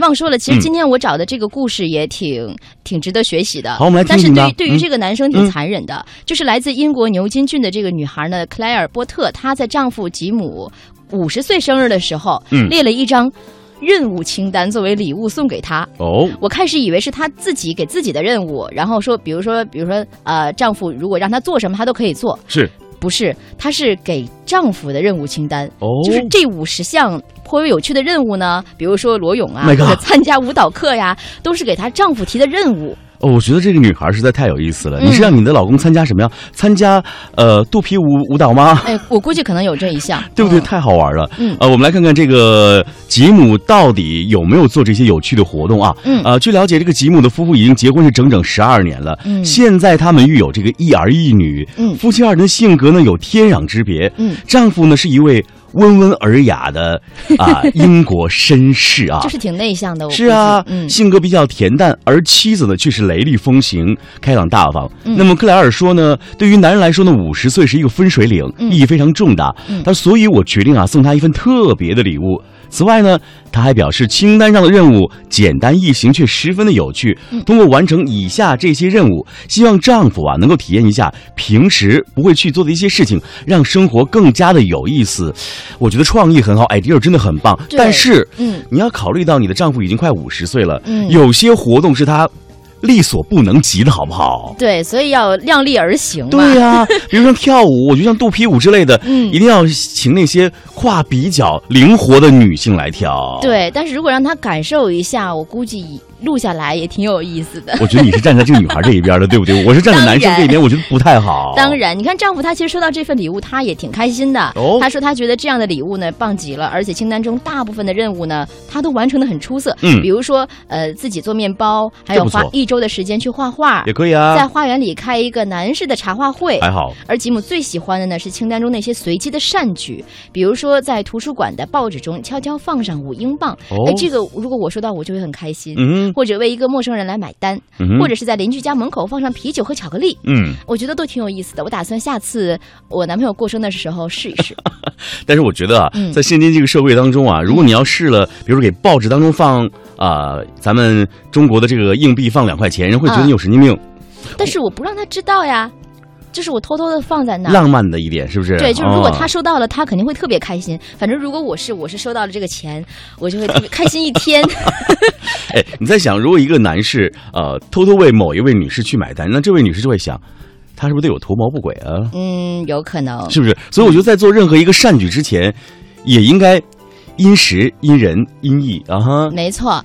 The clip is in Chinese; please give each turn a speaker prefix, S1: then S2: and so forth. S1: 忘说了，
S2: 嗯
S1: 其实今天我找的这个故事也挺、挺值得学习的。
S2: 好我们来听
S1: 但是
S2: 听
S1: 对
S2: 吧
S1: 于对于
S2: 嗯
S1: 这个男生挺残忍的，就是来自英国牛津郡的这个女孩呢，克莱尔·波特，她在丈夫吉姆五十岁生日的时候，
S2: 嗯
S1: 列了一张任务清单作为礼物送给他。
S2: 哦，
S1: 我开始以为是她自己给自己的任务，然后说，比如说，比如说，呃，丈夫如果让她做什么，她都可以做。
S2: 是
S1: 不是，她是给丈夫的任务清单。
S2: 哦，
S1: 就是这五十项颇为有趣的任务呢，比如说裸泳啊，
S2: My
S1: 或
S2: God
S1: 者参加舞蹈课呀，都是给她丈夫提的任务。
S2: 哦，我觉得这个女孩实在太有意思了。
S1: 嗯
S2: 你是让你的老公参加什么呀？参加呃肚皮舞舞蹈吗？
S1: 哎，我估计可能有这一项，
S2: 对不对？
S1: 嗯
S2: 太好玩了。
S1: 嗯
S2: 呃，我们来看看这个吉姆到底有没有做这些有趣的活动啊？
S1: 嗯
S2: 呃，据了解，这个吉姆的夫妇已经结婚是整整十二年了。
S1: 嗯
S2: 现在他们育有这个一儿一女。
S1: 嗯
S2: 夫妻二人的性格呢有天壤之别。
S1: 嗯，
S2: 丈夫呢是一位温文尔雅的 啊、英国绅士啊，
S1: 就是挺内向的。我
S2: 是啊
S1: 估，计嗯，
S2: 性格比较恬淡，而妻子呢却是雷厉风行、开朗大方。
S1: 嗯
S2: 那么克莱尔说呢，对于男人来说呢，五十岁是一个分水岭，意义非常重大。
S1: 嗯
S2: 他说，所以我决定啊，送他一份特别的礼物。此外呢，他还表示清单上的任务简单易行，却十分的有趣。
S1: 嗯
S2: 通过完成以下这些任务，希望丈夫啊能够体验一下平时不会去做的一些事情，让生活更加的有意思。我觉得创意很好，idea 真的很棒，
S1: 对
S2: 但是
S1: 嗯，
S2: 你要考虑到你的丈夫已经快五十岁了，
S1: 嗯
S2: 有些活动是他力所不能及的，好不好？
S1: 对，所以要量力而行嘛。
S2: 对啊呀、比如像跳舞，我觉得像肚皮舞之类的，
S1: 嗯
S2: 一定要请那些跨比较灵活的女性来跳。，
S1: 对，但是如果让她感受一下，我估计录下来也挺有意思的。
S2: 我觉得你是站在这个女孩这一边的，对 不对？我是站在男生
S1: 当然
S2: 这一边，我觉得不太好。
S1: 当，然，你看丈夫他其实收到这份礼物，他也挺开心的。
S2: 哦
S1: 他说他觉得这样的礼物呢棒极了，而且清单中大部分的任务呢，他都完成的很出色。
S2: 嗯
S1: 比如说呃自己做面包，还
S2: 这
S1: 有
S2: 不错
S1: 花一周的时间去画画，
S2: 也可以啊，哎
S1: 在花园里开一个男士的茶话会。
S2: 还好。
S1: 而吉姆最喜欢的呢是清单中那些随机的善举，比如说在图书馆的报纸中悄悄放上五英镑，
S2: 哦
S1: 哎，这个如果我收到我就会很开心，
S2: 嗯
S1: 或者为一个陌生人来买单，
S2: 哼，嗯哼
S1: 或者是在邻居家门口放上啤酒和巧克力，
S2: 嗯，
S1: 我觉得都挺有意思的。我打算下次我男朋友过生的时候试一试。
S2: 但是我觉得啊
S1: 嗯，
S2: 在现今这个社会当中啊，如果你要试了，比如说给报纸当中放啊、咱们中国的这个硬币放两块钱，人会觉得
S1: 啊
S2: 你有神经病。
S1: 但是我不让他知道呀，就是我偷偷的放在那儿。
S2: 浪漫的一点，是不是？
S1: 对，就是如果他
S2: 哦
S1: 收到了，他肯定会特别开心。反正如果我是我是收到了这个钱，我就会特别开心一天。
S2: 哎，你在想，如果一个男士呃偷偷为某一位女士去买单，那这位女士就会想，他是不是对我图谋不轨啊？
S1: 嗯，有可能。
S2: 是不是？所以我觉得在做任何一个善举之前，也应该因时、因人、因意啊哈。
S1: 没错，